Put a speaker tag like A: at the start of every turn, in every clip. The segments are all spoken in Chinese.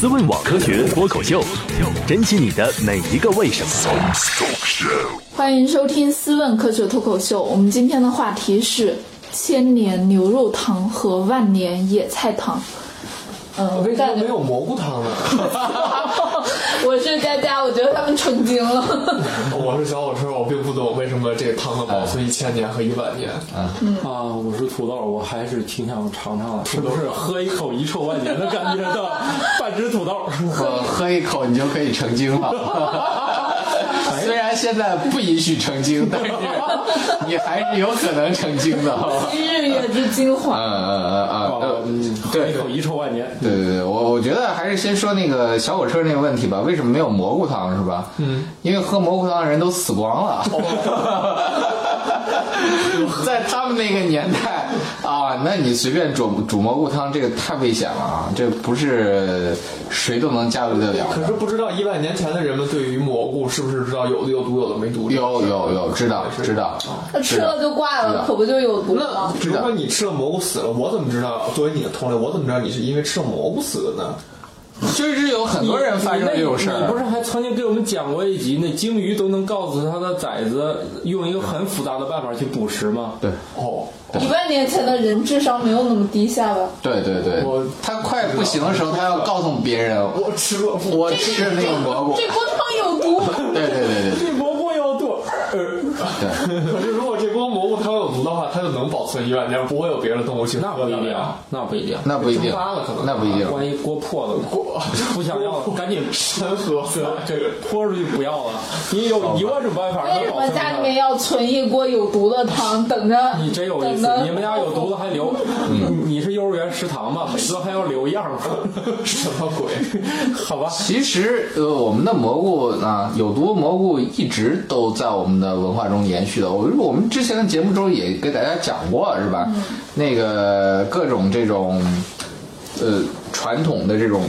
A: 思问网科学脱口秀，珍惜你的每一个为什么。
B: 欢迎收听《思问科学脱口秀》，我们今天的话题是千年牛肉汤和万年野菜汤。嗯，
C: 我跟你说
B: 感觉
C: 没有蘑菇汤呢，
B: 我是佳佳，我觉得他们成精了。
C: 我是小火车，我并不懂为什么这汤能保存一千年和一万年。
D: 啊，我是土豆，我还是挺想尝尝的，啊是不是喝一口遗臭万年的感觉 的半只土豆？
C: 嗯
E: 呃 喝一口你就可以成精 了。虽然现在不允许成精，但是你还是有可能成精的。
B: 日月之精华
E: 嗯，嗯嗯嗯
D: 啊嗯
E: 嗯，
D: 喝
E: 对
D: 一口遗臭万年。
E: 对对对，我我觉得还是先说那个小火车那个问题吧，为什么没有蘑菇汤是吧？嗯，因为喝蘑菇汤的人都死光了。
D: 哦
E: 在他们那个年代啊，那你随便煮煮蘑菇汤，这个太危险了啊！这不是谁都能驾驭得了的。
C: 可是不知道一万年前的人们对于蘑菇是不是知道有的有毒，有的没毒？
E: 有有有，知道知道。
D: 哦
B: 那吃了就挂
E: 是
B: 了，
E: 的
B: 可不就有毒
C: 那
B: 了？
C: 如果你吃了蘑菇死了，我怎么知道？作为你的同类，我怎么知道你是因为吃了蘑菇死的呢？
E: 就是有很多人发生这种事
D: 你不
E: 儿。
D: 是还曾经给我们讲过一集，那鲸鱼都能告诉它的崽子用一个很复杂的办法去捕食吗？
E: 对
C: 哦，
D: 啊
B: 一万年前的人智商没有那么低下吧？
E: 对对对
C: 我，
E: 他快不行的时候，他要告诉别人，
C: 我吃过，
E: 我吃了那个蘑菇。
B: 这锅汤有毒。
E: 对对对对
D: 这蘑菇有毒，呃，
E: 对，
C: 可是如果这锅蘑菇汤有毒的话，它就能保存一万年，不会有别的动物去
D: 那
C: 喝
D: 不
C: 的
D: 一定
C: 了。，
D: 那不一定，
E: 那不一定
C: 蒸发了可，能
E: 那不一定。
D: 万一锅破了呢？
C: 我
D: 不想 要了，赶紧
C: 真喝，
D: 这个泼出去不要了。你有一万种办法
B: 为
D: 能
B: 什
D: 保
B: 么
D: 存
B: 家里
D: 它
B: 面。要存一锅有毒的汤，等着？
D: 你真有意
B: 等，
D: 思
B: 着嗯
D: 你们家有毒的还留？你你是幼儿园食堂吧？每顿还要留 样儿，
C: 什么鬼？
D: 好吧？
E: 其实，呃，我们的蘑菇啊，有毒蘑菇一直都在我们的文化中延续的。我我们之前的节目中也给大家讲过，是吧？那个各种这种，呃，传统的这种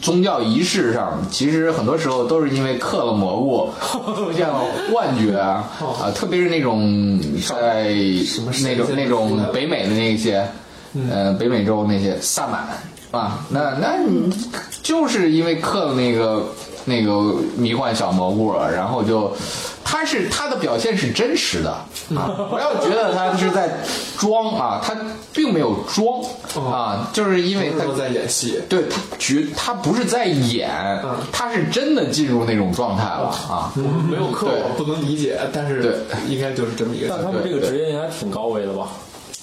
E: 宗教仪式上，其实很多时候都是因为嗑了蘑菇出现了幻觉啊，啊特别是那种在那种那种北美的那些，
C: 嗯
E: 呃，北美洲那些萨满啊，那那你就是因为嗑了那个那个迷幻小蘑菇了，然后就，他是他的表现是真实的
C: 嗯
E: 啊，不要觉得他是在装啊，他并没有装
C: 哦
E: 啊，就是因为
C: 为
E: 他
C: 什么在演戏？
E: 对他绝他不是在演，他是真的进入那种状态了啊，
C: 我哦没有课，
E: 对
C: 我不能理解，但
E: 对
C: 是应该就是这么一个情
D: 但
C: 况。
D: 他们这个职业应该挺高危的吧？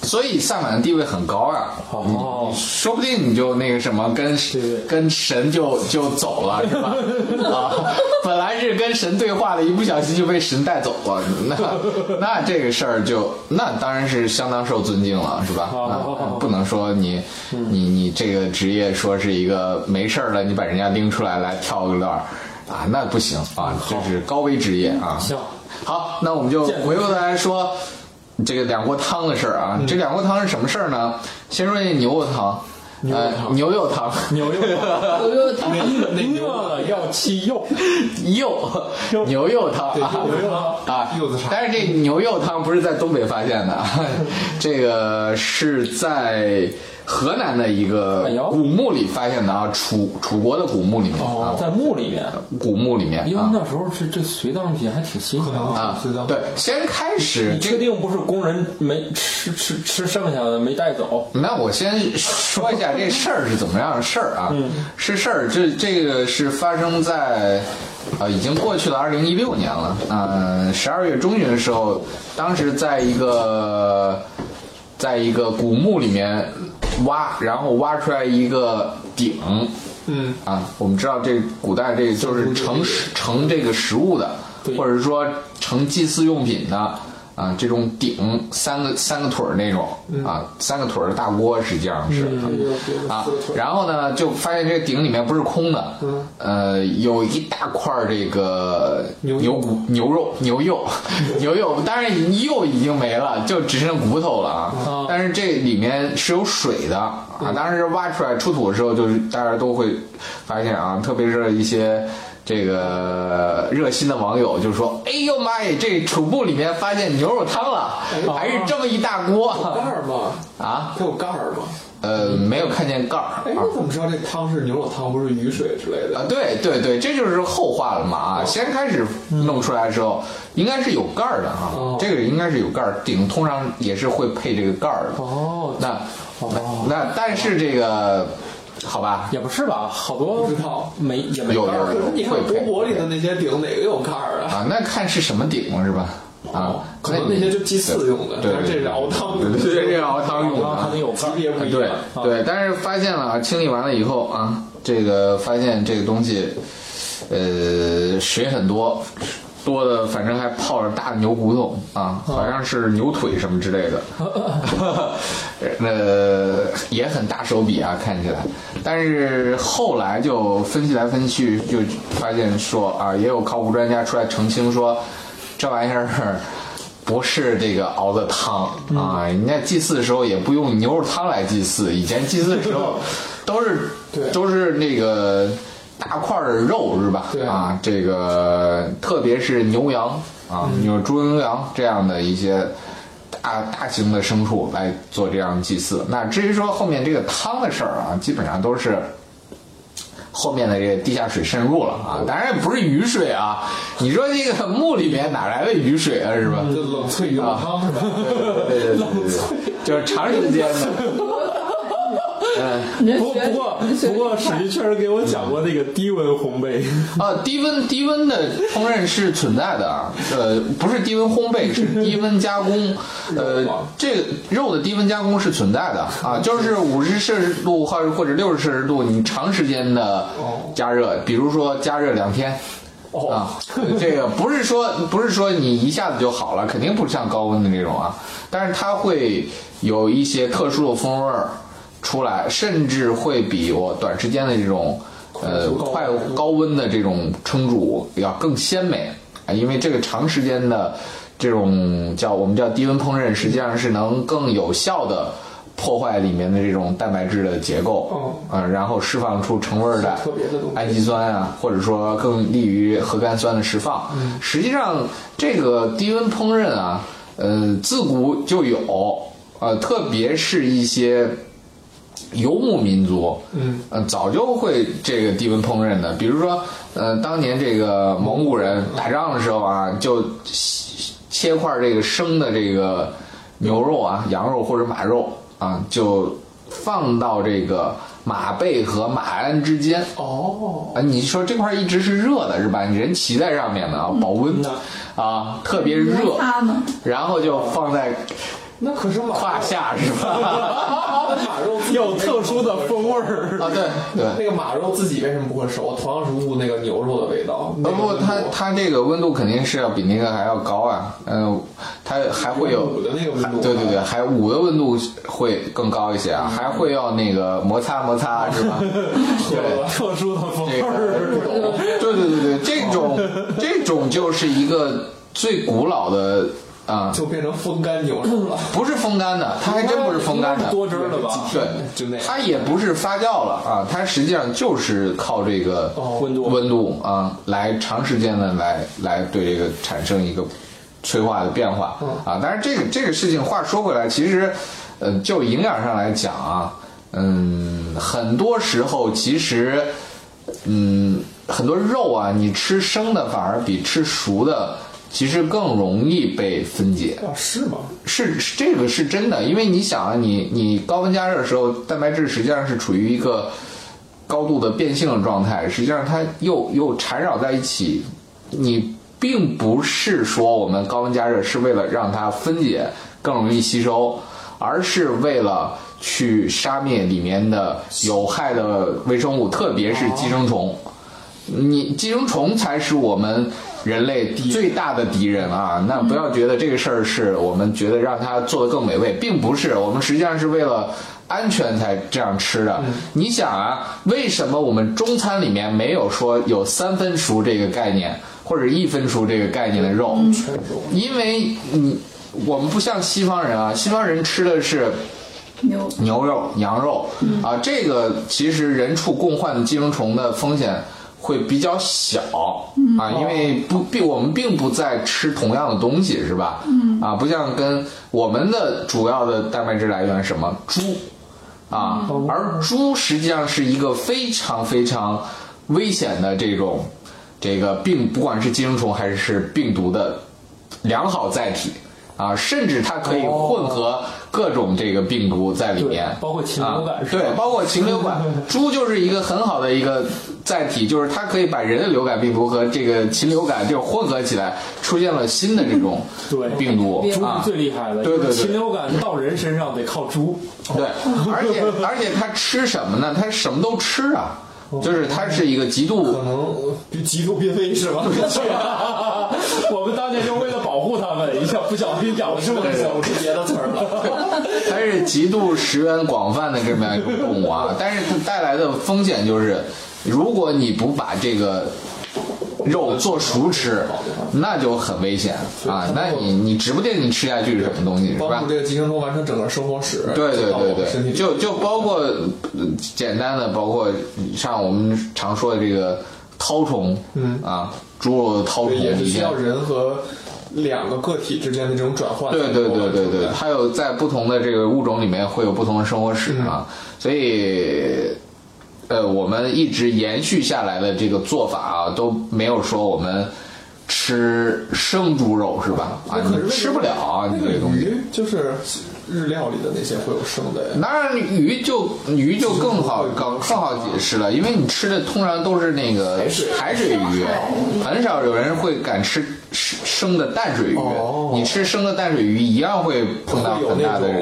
E: 所以萨满的地位很高啊。
C: 嗯
D: 哦，
E: 说不定你就那个什么，跟
D: 对
E: 跟神就就走了，是 吧？啊，本来是跟神对话的，一不小心就被神带走了，那那这个事儿就那当然是相当受尊敬了，是吧？
D: 好好好嗯
E: 那不能说你你你这个职业说是一个没事儿了，你把人家拎出来来跳个段儿啊，那不行啊，这是高危职业啊。
D: 行，
E: 好，那我们就回过头来说这个两锅汤的事儿啊。这两锅汤是什么事儿呢？先说那牛肉汤，呃，牛肉汤，
D: 牛 肉啊
B: 有肉汤。
C: 嗯
D: 饿了要吃肉，
E: 呃肉牛肉汤 啊。
C: 有用吗？
E: 啊
C: 柚子茶，
E: 但是这牛肉汤不是在东北发现的，啊，这个是在河南的一个
D: 哎呦
E: 古墓里发现的啊，楚楚国的古墓里面
C: 哦
E: 啊，
D: 哦在墓里面，
E: 古墓里
C: 哎
E: 面
D: 因为
E: 啊
D: 那时候是这随葬品还挺新鲜的。
E: 啊
C: 知道，
E: 对，先开始
D: 你
E: 这
D: 确定不是工人没吃吃吃剩下的没带走？
E: 那我先说一下这事儿是怎么样的事儿啊？是事儿，这这个是发生在，呃，已经过去了二零一六年了，嗯、呃，十二月中旬的时候，当时在一个，在一个古墓里面挖，然后挖出来一个鼎，
C: 嗯，
E: 啊，我们知道这古代这个就是盛盛这个食物的
D: 对，
E: 或者说盛祭祀用品的啊，这种鼎三个三个腿儿那种啊，三个腿儿的大锅实际上是啊，然后呢就发现这个鼎里面不是空的，呃，有一大块儿这个牛骨牛肉牛肉 牛肉，当然肉已经没了，就只剩骨头了
D: 哦
E: 啊，但是这里面是有水的啊，当时挖出来出土的时候，就是大家都会发现啊，特别是一些这个热心的网友就说：“哎呦妈耶，这楚墓里面
D: 哦
E: 发现牛肉汤了，还是这么一大锅
C: 盖儿嘛，
E: 啊！
C: 它有盖儿嘛，
E: 呃，没有看见盖儿
C: 哎，
E: 啊
C: 你怎么知道这汤是牛肉汤，不是鱼水之类
E: 啊
C: 的？，
E: 对对对，这就是后话了嘛
D: 哦
E: 啊！先开始弄出来的时候，应该是有盖儿的哈、
D: 哦
E: 这个应该是有盖儿，顶通常也是会配这个盖儿的。
D: 哦，
E: 那、
D: 哦
E: 那那但是这个，好吧，
D: 也不是吧，好多
C: 不知道
D: 没也没
E: 有
D: 盖儿
E: 有
C: 可是你看
E: 会配
C: 博博里的那些顶哪个有盖儿啊？
E: 啊，那看是什么顶了是吧？啊，
C: 哦可能
E: 你
C: 那些就祭祀用的，
E: 对
C: 但是这是熬汤的，
E: 对对对，这熬汤用
D: 然后它
E: 的
D: 得。有
C: 级
D: 盖儿
C: 别不一
E: 啊对
C: 样。啊
E: 对，但是发现了啊，清理完了以后啊，这个发现这个东西，呃，水很多，多的反正还泡着大牛骨头啊，好像是牛腿什么之类的， 呃，也很大手笔啊，看起来。但是后来就分析来分析去，就发现说啊，也有考古专家出来澄清说，这玩意儿。不是这个熬的汤
C: 嗯
E: 啊，人家祭祀的时候也不用牛肉汤来祭祀，以前祭祀的时候 都是
C: 对
E: 都是那个大块儿的肉是吧？
C: 对
E: 啊，这个特别是牛羊啊、
C: 嗯
E: 牛猪牛羊这样的一些大大型的牲畜来做这样的祭祀。那至于说后面这个汤的事儿啊，基本上都是。后面的这个地下水渗入了
C: 嗯
E: 啊，当然也不是雨水啊。你说这个墓里面哪来的雨水啊，是吧？
C: 就冷萃鱼肉汤是吧？
E: 对对对对，就是长时间的。
B: 你这
D: 不过
B: 学
D: 不过
B: 你学
D: 不过，史迪确实给我讲过那个低温烘焙，
E: 啊，低温低温的烹饪是存在的啊，呃，不是低温烘焙，是低温加工，呃，这个肉的低温加工是存在的啊，就是五十摄氏度或者或者六十摄氏度，你长时间的加热，比如说加热两天。啊，这个不是说不是说你一下子就好了，肯定不像高温的那种啊，但是它会有一些特殊的风味儿出来，甚至会比我短时间的这种呃快高温的这种蒸煮要更鲜美啊，因为这个长时间的这种叫我们叫低温烹饪，实际上是能更有效的。破坏里面的这种蛋白质的结构，嗯、然后释放出成味儿来，
C: 特别的东西
E: 氨基酸啊，或者说更利于核苷酸的释放。
C: 嗯
E: 实际上，这个低温烹饪啊，呃，自古就有，呃，特别是一些游牧民族，嗯，呃，早就会这个低温烹饪的。比如说，呃，当年这个蒙古人打仗的时候啊，就切切块这个生的这个牛肉啊、羊肉或者马肉啊，就放到这个马背和马鞍之间。
C: 哦，
E: 啊，你说这块儿一直是热的是吧？你人骑在上面的啊，保温
D: 嗯
E: 啊，特别热，
B: 它呢？
E: 然后就放在
C: 那可是马
E: 胯下是 吧？
C: 马肉自己
D: 有特殊的风味儿。
E: 啊，对对。
C: 那个马肉自己为什么不会熟？同样是悟那个牛肉的味道。那
E: 呃不，
C: 个
E: 它
C: 温度
E: 它这个温度肯定是要比那个还要高啊，嗯，它还会有
C: 五的那个温度啊
E: 对对对，还五的温度会更高一些
C: 嗯
E: 啊，还会要那个摩擦摩擦 是吧？ 对，
D: 特殊的风味
E: 这
D: 儿，
E: 个，对对对对，这种这种就是一个最古老的啊，
C: 就变成风干牛肉了。
E: 不是风干的，它还真不是风干的，
D: 多汁儿的吧？
E: 对，
C: 就那样
E: 它也不是发酵了啊，它实际上就是靠这个
C: 哦
D: 温度
E: 温度啊，来长时间的来来对这个产生一个催化的变化
C: 嗯
E: 啊。但是这个这个事情，话说回来，其实，呃，就营养上来讲啊，嗯，很多时候其实，嗯，很多肉啊，你吃生的反而比吃熟的其实更容易被分解。
C: 啊，是吗？
E: 是是这个是真的，因为你想啊，你你高温加热的时候，蛋白质实际上是处于一个高度的变性的状态，实际上它又又缠绕在一起，你并不是说我们高温加热是为了让它分解更容易吸收，而是为了去杀灭里面的有害的微生物，特别是寄生虫。你寄生虫才是我们人类最大的敌人啊！那不要觉得这个事儿是我们觉得让它做的更美味，并不是，我们实际上是为了安全才这样吃的。你想啊，为什么我们中餐里面没有说有三分熟这个概念，或者一分熟这个概念的肉？因为你我们不像西方人啊，西方人吃的是。
B: 牛
E: 牛肉、羊肉啊，这个其实人畜共患的寄生虫的风险会比较小啊，因为不并我们并不在吃同样的东西，是吧？啊，不像跟我们的主要的蛋白质来源是什么猪。啊，而猪实际上是一个非常非常危险的这种这个病，不管是寄生虫还是病毒的良好载体啊，甚至它可以混合各种这个病毒在里面
D: 对，，包括禽流感
E: 啊，
D: 是吧
E: 对，包括禽流感， 猪就是一个很好的一个载体，就是它可以把人的流感病毒和这个禽流感就混合起来，出现了新的这种
D: 对
E: 病毒
D: 猪
E: 啊
D: 是。最厉害的，
E: 对对对
D: 禽流感到人身上得靠猪，
E: 对，而且而且它吃什么呢？它什么都吃啊，就是它是一个极
C: 可
E: 度
C: 能呃比极度濒危 是吧？
D: 啊我们当年就为了保护他们，一下不小心养了这么个小
C: 我是别的词儿 了。
E: 它是极度食源广泛的这么样一种动物啊，但是它带来的风险就是，如果你不把这个肉做熟吃，那就很危险啊！ 那你你指不定你吃下去是什么东西，是吧
C: 帮助？这个寄生虫完成整个生活史，
E: 对对
C: 进到我
E: 对
C: 们身体
E: 对，
C: 里
E: 就就包括呃简单的，包括像我们常说的这个绦虫，
C: 嗯
E: 啊，猪肉绦虫
C: 对也是
E: 以
C: 需
E: 前
C: 要人和两个个体之间的这种转换。
E: 对对对对对，啊它有在不同的这个物种里面会有不同的生活史啊，
C: 嗯
E: 所以。呃，我们一直延续下来的这个做法啊，都没有说我们吃生猪肉是吧？啊
C: 那，可是
E: 你吃不了啊，
C: 那
E: 你
C: 个
E: 这个东西。
C: 鱼就是日料里的那些会有生的呀。
E: 当然，鱼就鱼就更好更更好解释了，因为你吃的通常都是那个
C: 海水
E: 海水鱼，很少有人会敢吃生生的淡水鱼
C: 哦。
E: 你吃生的淡水鱼一样会碰到
C: 会有
E: 很
C: 那
E: 大的
C: 种，比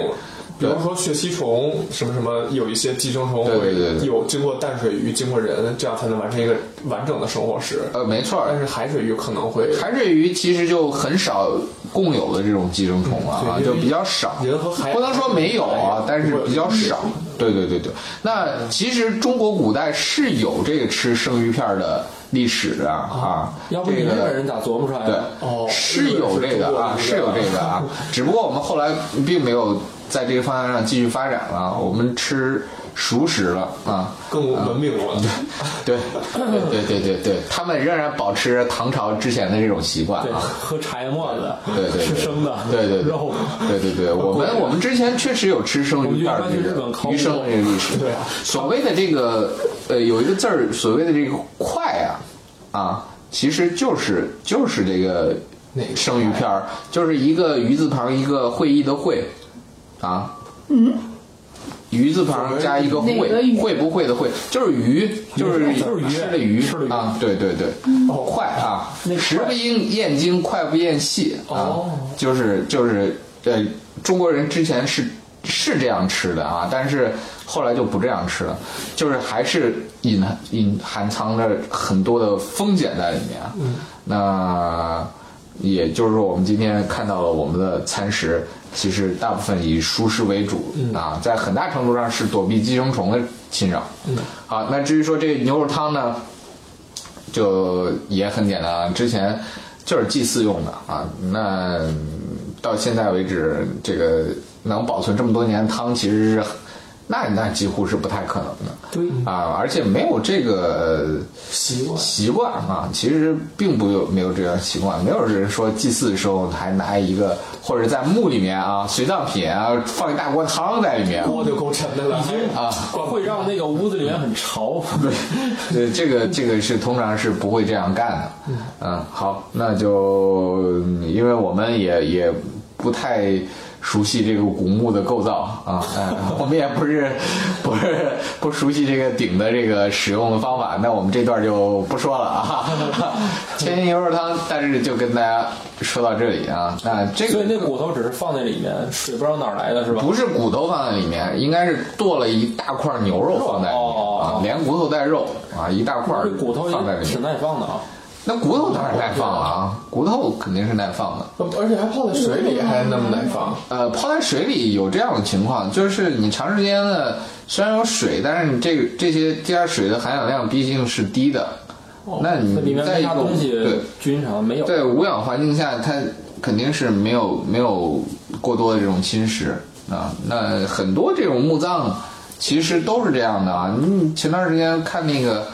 E: 对
C: 如说血吸虫什么什么，有一些寄生虫
E: 对对对
C: 会
E: 对
C: 有经过淡水鱼、经过人，这样才能完成一个完整的生活史。
E: 呃，没错儿
C: 但，是海水鱼可能会，
E: 海水鱼其实就很少共有的这种寄生虫了啊，
C: 嗯对
E: 就比较少
C: 人和海，
E: 不能说没有啊，但是比较少。对对对对，那其实中国古代是有这个吃生鱼片儿的历史的啊，
D: 要不你
E: 这
D: 日
E: 个
D: 本人咋琢磨出来
E: 对
D: 的？，
C: 哦
E: 是有这个啊，是
C: 日
E: 有
C: 本是中国的
E: 这个 啊，只不过我们后来并没有在这个方向上继续发展了，啊我们吃熟食了啊。
C: 更文明了。
E: 嗯对，对对对对，他们仍然保持唐朝之前的这种习惯
D: 对，
E: 啊。
D: 喝茶叶沫子，
E: 对对，
D: 吃生的，
E: 对对对
D: 肉。
E: 对对对，我们我们之前确实有吃生鱼片儿
D: 我们
E: 这
D: 就一般去日
E: 个
D: 本烤
E: 鱼生的这个历史。
D: 对啊
E: 所谓的这个呃，有一个字儿，所谓的这个快啊啊，其实就是就是这个
C: 哪个
E: 生鱼片儿，
D: 啊
E: 就是一个鱼字旁一个会议的会啊，嗯，鱼字旁加一个会
B: 哪个鱼，
E: 会不会的会，就是鱼，就是
D: 就是鱼
E: 吃的鱼
D: 吃的鱼嗯
E: 啊，对对对，
C: 哦
E: 快啊
D: 那，个
E: 食不应厌精，快不厌细啊
C: 哦，
E: 就是就是呃，中国人之前是是这样吃的啊，但是后来就不这样吃了，就是还是隐含隐含藏着很多的风险在里面啊。那也就是说，我们今天看到了我们的餐食，其实大部分以舒适为主、啊，在很大程度上是躲避寄生虫的侵扰。嗯，好，那至于说这个牛肉汤呢，就也很简单啊，之前就是祭祀用的啊。那到现在为止，这个能保存这么多年的汤，其实是那那几乎是不太可能的。
D: 对
E: 啊，而且没有这个
C: 习惯
E: 习惯啊，其实并不有没有这样的习惯，没有人说祭祀的时候还拿一个或者在墓里面啊随葬品啊放一大锅汤在里面。
C: 锅就够沉的了，
D: 已经
E: 啊
D: 会让那个屋子里面很潮。
E: 对，这个这个是通常是不会这样干的。嗯，好，那就嗯因为我们也也不太熟悉这个古墓的构造啊，嗯，我们也不是不是不熟悉这个鼎的这个使用的方法，那我们这段就不说了啊。 千年牛肉汤，但是就跟大家说到这里啊，那这
D: 所
E: 个
D: 以那骨头只是放在里面，水不知道哪儿来的是吧？
E: 不是骨头放在里面，应该是剁了一大块牛肉放在里面啊
D: 哦，
E: 连骨头带肉啊，一大块
D: 这骨头
E: 放在
D: 也
E: 里面
D: 挺。耐放的啊。
E: 那骨头当然耐放了啊，骨头肯定是耐放的。
C: 呃而且还泡在水里，还那么耐放。
E: 呃，泡在水里有这样的情况，就是你长时间的虽然有水，但是你这个这些地下水的含氧量毕竟是低的，那
D: 哦那里
E: 你
D: 面
E: 在
D: 没
E: 一
D: 啥
E: 个
D: 东西
E: 对
D: 均衡，没有。
E: 在无氧环境下，它肯定是没有没有过多的这种侵蚀啊。那很多这种墓葬其实都是这样的啊。你前段时间看那个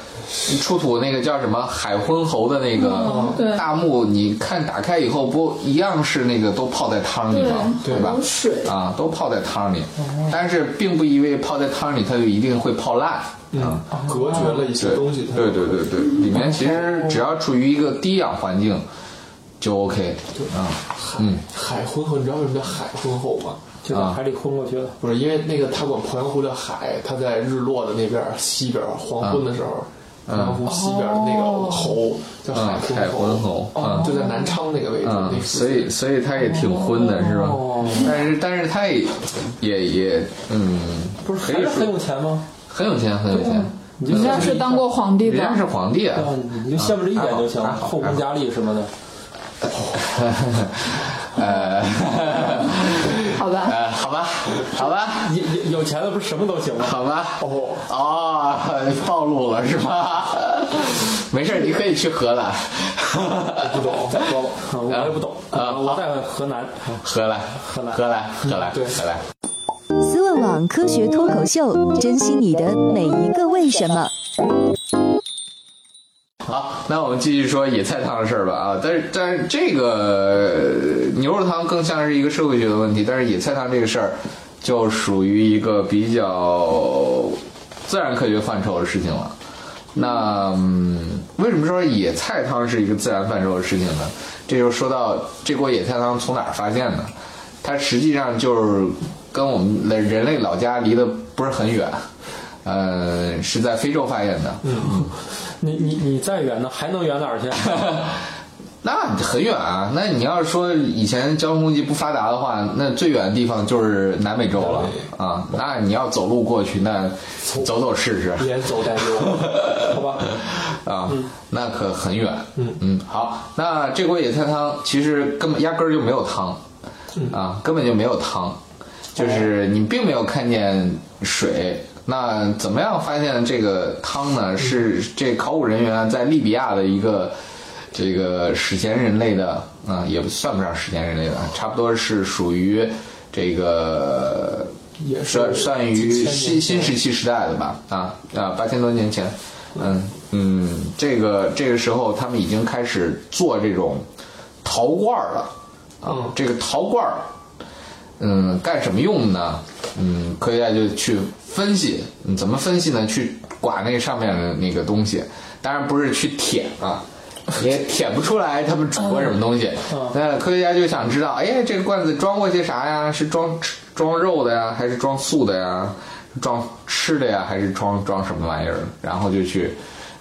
E: 出土那个叫什么海昏侯的那
B: 嗯
E: 个
B: 对
E: 大墓，你看打开以后不一样是那个都泡在汤里吗？
B: 对
E: 嗯
B: 哦
E: 对吧
B: 有？水
E: 啊，都泡在汤里，但是并不意味泡在汤里它就一定会泡烂。
C: 嗯，隔绝了一些
E: 对
C: 东西。它
E: 对对对对，里面其实只要处于一个低氧环境就 OK 啊。
C: 海
E: 嗯
C: 海昏侯，你知道为什么叫海昏侯吗？
D: 就在海里昏过去了。
C: 不是因为那个他管鄱阳湖叫海，他在日落的那边儿西边儿黄昏的时候，鄱阳湖西边儿那个侯叫海
E: 嗯啊海昏
C: 昏
E: 侯
C: 哦就在南昌那个位置，那
E: 嗯，
C: 附近
E: 所以所以他也挺昏的是吧？但是但是他也也也嗯，
D: 不是
E: 可
D: 还
E: 以
D: 是很
E: 说
D: 有钱吗？
E: 很有钱很有钱，
D: 你就
B: 人家
D: 羡慕
B: 是当过皇帝
E: 人
B: 的
E: 家，是皇帝啊
D: 对。啊，你就羡慕这一点就行，
E: 还好
D: 后宫佳丽什么的。
E: 呃，
B: 好吧？
E: 呃，好吧，好吧，
D: 有有有钱的不是什么都行吗？
E: 好吧，哦，哦，暴露了是吧？ 没事儿，你可以去荷 兰，
D: 不懂，再说吧，我也不懂。
E: 啊
D: 我在河南，啊
E: 荷兰，
D: 荷兰
E: 荷兰，荷兰，荷兰。
F: 思问网科学脱口秀，珍惜你的每一个为什么。
E: 好，那我们继续说野菜汤的事儿吧啊，但是但是这个呃牛肉汤更像是一个社会学的问题，但是野菜汤这个事儿就属于一个比较自然科学范畴的事情了。那、嗯、为什么说野菜汤是一个自然范畴的事情呢？这就说到这锅野菜汤从哪儿发现的，它实际上就是跟我们人人类老家离得不是很远，呃，是在非洲发现的。
D: 你你你再远呢，还能远哪儿去？啊
E: 那很远啊！那你要是说以前交通工具不发达的话，那最远的地方就是南美洲了啊！那你要走路过去，那走走试试
C: 连走带溜，
D: 好吧， 嗯
E: 啊，那可很远。嗯嗯，好，那这锅野菜汤其实根本压根儿就没有汤
D: 嗯
E: 啊，根本就没有汤，就是你并没有看见水。那怎么样发现这个汤呢？是这考古人员在利比亚的一个这个史前人类的啊、也不算不上史前人类的，差不多是属于这个
C: 也是
E: 算算于
C: 几千年
E: 新新石器时代的吧，啊啊，八千多年前，嗯嗯，这个这个时候他们已经开始做这种陶罐儿了，啊，
C: 嗯
E: 这个陶罐儿，嗯，干什么用呢？嗯，科学家就去分析，嗯，怎么分析呢？去刮那上面的那个东西，当然不是去舔啊。也舔不出来他们煮过什么东西，那科学家就想知道，哎，这个罐子装过些啥呀？是装吃装肉的呀，还是装素的呀？装吃的呀，还是装装什么玩意儿？然后就去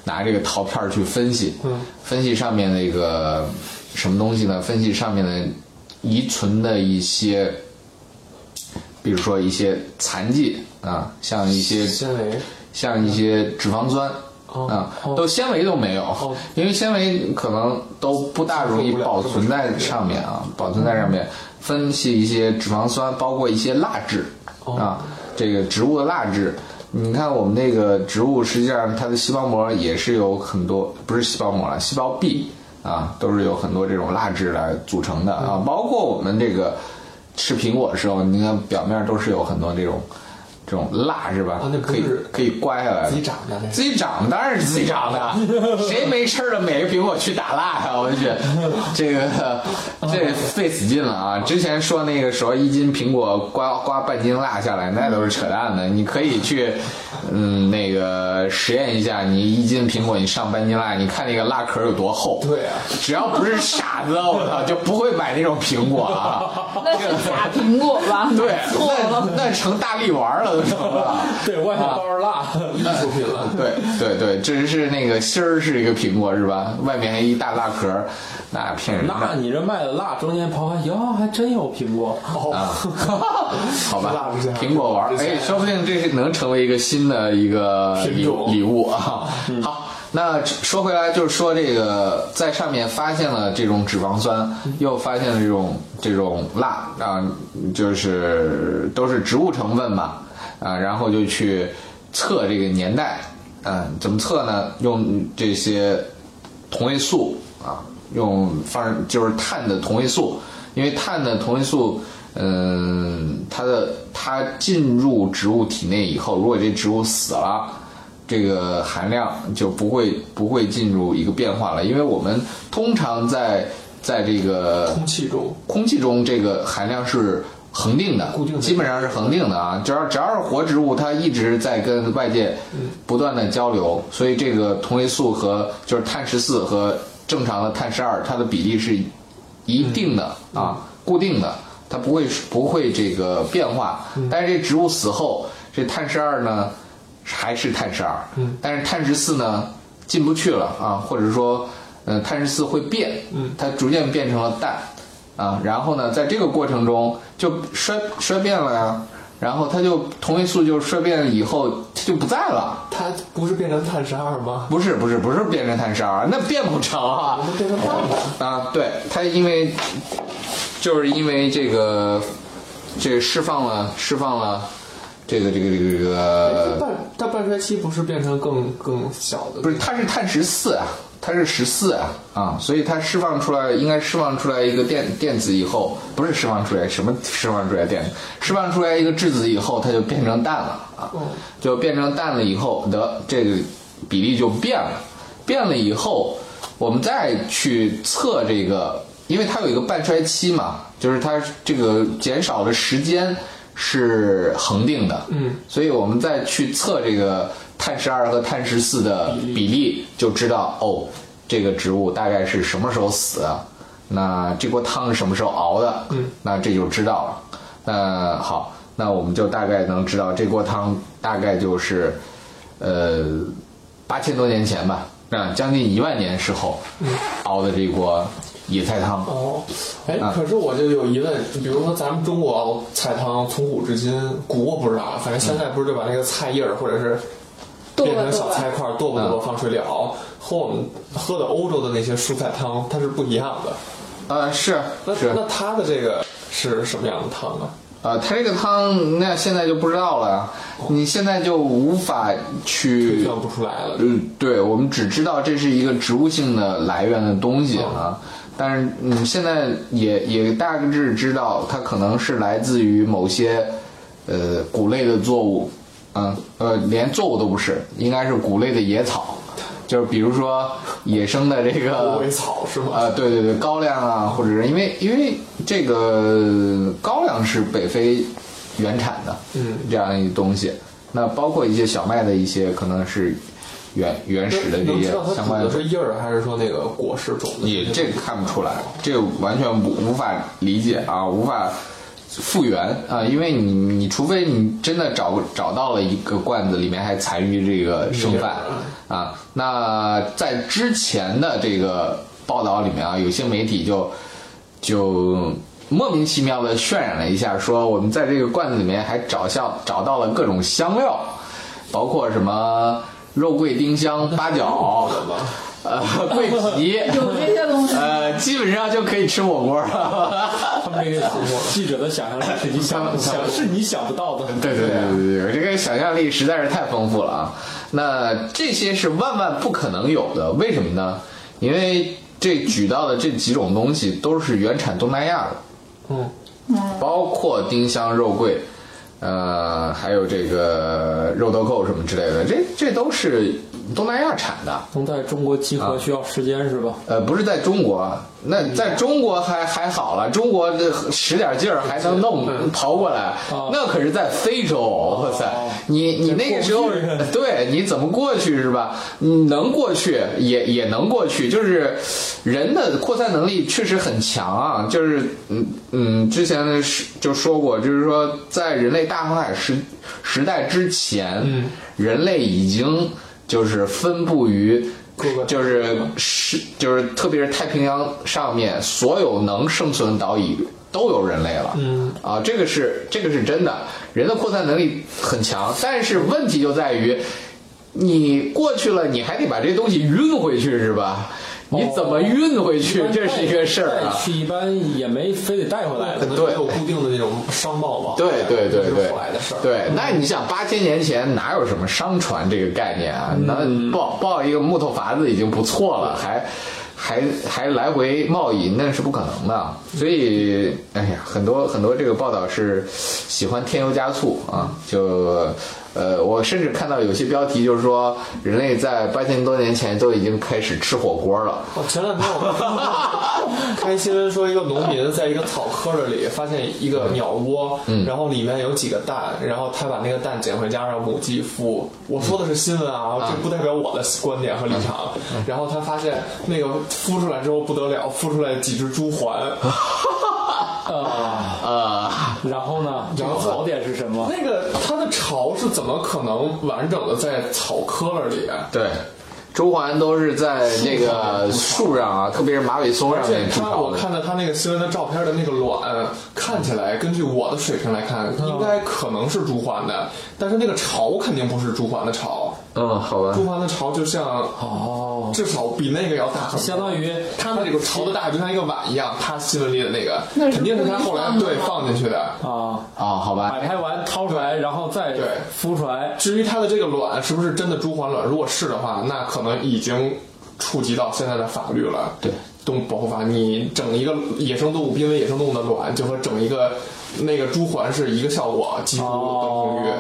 E: 拿这个陶片儿去分析，分析上面那个什么东西呢？分析上面的遗存的一些，比如说一些残疾啊，像一些
C: 纤维哦
E: 像一些脂肪酸。啊、都纤维都没有，因为纤维可能都不大容易
C: 不了嗯
E: 保存在上面啊，保存在上面。分析一些脂肪酸，包括一些蜡质、
C: 哦
E: 啊，这个植物的蜡质。你看我们那个植物，实际上它的细胞膜也是有很多，不是细胞膜了，细胞壁啊，都是有很多这种蜡质来组成的
C: 嗯
E: 啊。包括我们这个吃苹果的时候，你看表面都是有很多这种这种蜡是吧？
C: 啊那不
E: 可以
C: 是
E: 可以刮下来的，
C: 自己长的那个
E: 自己长当然是自己 长的，谁没事儿了每个苹果去打蜡呀？我去，这个这费死劲了啊！之前说那个时候一斤苹果刮刮半斤蜡下来，那都是扯淡的。你可以去，嗯，那个实验一下，你一斤苹果你上半斤蜡，你看那个蜡壳有多厚。
C: 对啊，
E: 只要不是傻子，我操就不会买那种苹果啊。
B: 那是假苹果吧？
E: 对，
B: 错了
E: 那。那成大力丸儿了都成了。啊
D: 对外面包着蜡，
C: 艺术品了。
E: 对对对，这是那个芯儿是一个苹果是吧？外面还一大蜡壳儿，那骗人的。
D: 那你这卖的蜡中间刨开，哟，还真有苹果。
E: 啊， 好吧
C: 蜡烛这，样
E: 苹果玩儿，哎，说不定这是能成为一个新的一个
C: 品
E: 礼
C: 种嗯
E: 礼物 啊。好，那说回来，就是说这个在上面发现了这种脂肪酸，
C: 嗯
E: 又发现了这种这种蜡啊，就是都是植物成分嘛啊，然后就去测这个年代，嗯、怎么测呢？用这些同位素啊，用放就是碳的同位素，因为碳的同位素，呃嗯，它的它进入植物体内以后，如果这植物死了，这个含量就不会不会进入一个变化了，因为我们通常在在这个
C: 空气中
E: 空气中这个含量是恒定的，
C: 固定的
E: 基本上是恒定的啊。只要只要是活植物，它一直在跟外界不断的交流，所以这个同位素和就是碳十四和正常的碳十二，它的比例是一定的、
C: 嗯
E: 啊，固定的，它不会不会这个变化。
C: 嗯
E: 但是这植物死后，这碳十二呢还是碳十二，但是碳十四呢进不去了啊，或者说。呃，碳十四会变，它逐渐变成了氮，啊，然后呢，在这个过程中就衰衰变了呀，然后它就同位素就衰变了以后，它就不在了。
C: 它不是变成碳十二吗？
E: 不是不是不是变成碳十二，那变不成啊
C: 我们变成氮了。
E: 啊！对，它因为就是因为这个这个释放了释放了这个这个这个这
C: 它
E: 个，
C: 半它半衰期不是变成更更小的？
E: 不是它是碳十四啊，它是十四啊啊，所以它释放出来应该释放出来一个电电子以后，不是释放出来什么释放出来电子，释放出来一个质子以后，它就变成氮了啊。
C: 嗯，
E: 就变成氮了以后，得这个比例就变了，变了以后，我们再去测这个，因为它有一个半衰期嘛，就是它这个减少的时间是恒定的，
C: 嗯，
E: 所以我们再去测这个碳十二和碳十四的比例，就知道哦，这个植物大概是什么时候死，啊那这锅汤是什么时候熬的，嗯，那这就知道了。那好，那我们就大概能知道这锅汤大概就是，呃，八千多年前吧，啊，将近一万年时候熬的这锅野菜汤。
C: 哦，哎
E: 啊，
C: 可是我就有疑问，比如说咱们中国熬菜汤从古至今，古我不知道啊，反正现在不是就把那个菜叶儿或者是
B: 剁吧
C: 变成
B: 剁
C: 小
B: 吧
C: 菜块儿
E: 嗯
C: 剁吧剁吧放水里熬，和我们喝的欧洲的那些蔬菜汤它是不一样的。
E: 呃，是
C: 那
E: 是，
C: 那它的这个是什么样的汤啊？
E: 呃，它这个汤那现在就不知道了呀，你现在就无法
C: 推
E: 去
C: 算不出来了。
E: 嗯，对，我们只知道这是一个植物性的来源的东西啊，但是嗯，现在也也大致知道它可能是来自于某些呃谷类的作物，嗯呃，连作物都不是，应该是谷类的野草，就是比如说野生的这个
C: 虎尾草是吗？
E: 呃，对对对，高粱啊，或者是因为因为这个高粱是北非原产的，
C: 嗯，
E: 这样一东西，那包括一些小麦的一些可能是原原始的这
C: 能
E: 些
C: 知道它
E: 相
C: 煮
E: 关
C: 的
E: 的，
C: 是叶儿还是说那个果实种的？
E: 也这个看不出来，这个完全不无法理解啊，无法复原啊，因为你你除非你真的找找到了一个罐子里面还残余这个
C: 嗯
E: 剩饭啊，那在之前的这个报道里面啊，有些媒体就就。莫名其妙的渲染了一下，说我们在这个罐子里面还找像找到了各种香料，包括什么肉桂、丁香、八角，呃，桂皮，
B: 有这些 东西。
E: 呃，基本上就可以吃火锅了。
D: 他们这个记者的想象力是你想想是你想不到的。
E: 对对对对对，这个想象力实在是太丰富了啊！那这些是万万不可能有的，为什么呢？因为这举到的这几种东西都是原产东南亚的，
C: 嗯，
E: 包括丁香、肉桂，呃，还有这个肉豆蔻什么之类的，这这都是东南亚产的。
D: 能在中国集合需要时间是吧？
E: 呃，不是在中国，那在中国还还好了，中国这使点劲儿还能弄逃过来，
D: 啊
E: 那可是在非洲，哇塞！你你那个时候
D: 哦过不去，
E: 对，你怎么过去是吧？你能过去也也能过去，就是人的扩散能力确实很强啊，就是嗯嗯，之前是就说过，就是说在人类大航海时时代之前，
D: 嗯
E: 人类已经就是分布于
C: 各个
E: 就是是就是特别是太平洋上面所有能生存的岛屿都有人类了，嗯啊，这个是这个是真的，人的扩散能力很强，但是问题就在于。你过去了，你还得把这东西运回去是吧？你怎么运回去，这是一个事儿啊
D: 带。去一般也没非得带回来
C: 可
D: 的。
C: 能没有固定的那种商贸吧。
E: 对对对
C: 这
E: 对
C: 是后来的事儿。，
E: 对，那你想八千年前哪有什么商船这个概念啊？那
C: 嗯
E: 抱抱一个木头筏子已经不错了，还还还来回贸易，那是不可能的。所以，哎呀，很多很多这个报道是喜欢添油加醋啊，就呃，我甚至看到有些标题就是说，人类在八千多年前都已经开始吃火锅了。
C: 我前两天我看新闻说，一个农民在一个草坑儿里发现一个鸟窝，然后里面有几个蛋，然后他把那个蛋捡回家让母鸡孵。我说的是新闻啊，这不代表我的观点和立场。然后他发现那个孵出来之后不得了，孵出来几只猪环，
D: 啊，
E: 啊、
D: 然后呢？这个槽点是什么？
C: 那个它的巢是怎么可能完整的在草坑儿里？啊
E: 对，周环都是在那个树上啊，特别是马尾松
C: 而
E: 上
C: 且
E: 面筑
C: 他，
E: 巢
C: 我
E: 的。
C: 看到他那个新闻的照片的那个卵，看起来根据我的水平来看，
D: 嗯
C: 应该可能是朱鹮的，但是那个巢肯定不是朱鹮的巢，
E: 嗯，好吧
C: 朱。鹮的巢就像
D: 哦，
C: 至少比那个要大很多，
D: 相当于
C: 它那个巢的大就像一个碗一样，他新闻里的那个
B: 那是
C: 肯定是他后来
B: 故意放的
C: 对放进去的。
D: 啊，
E: 啊，好吧。
D: 摆拍完掏出来，然后再
C: 对
D: 孵出来。
C: 至于它的这个卵是不是真的朱鹮卵，如果是的话，那可能已经触及到现在的法律了。
E: 对，
C: 动物保护法，你整一个野生动物濒危野生动物的卵，就和整一个那个朱鹮是一个效果，几乎等同于。
D: 哦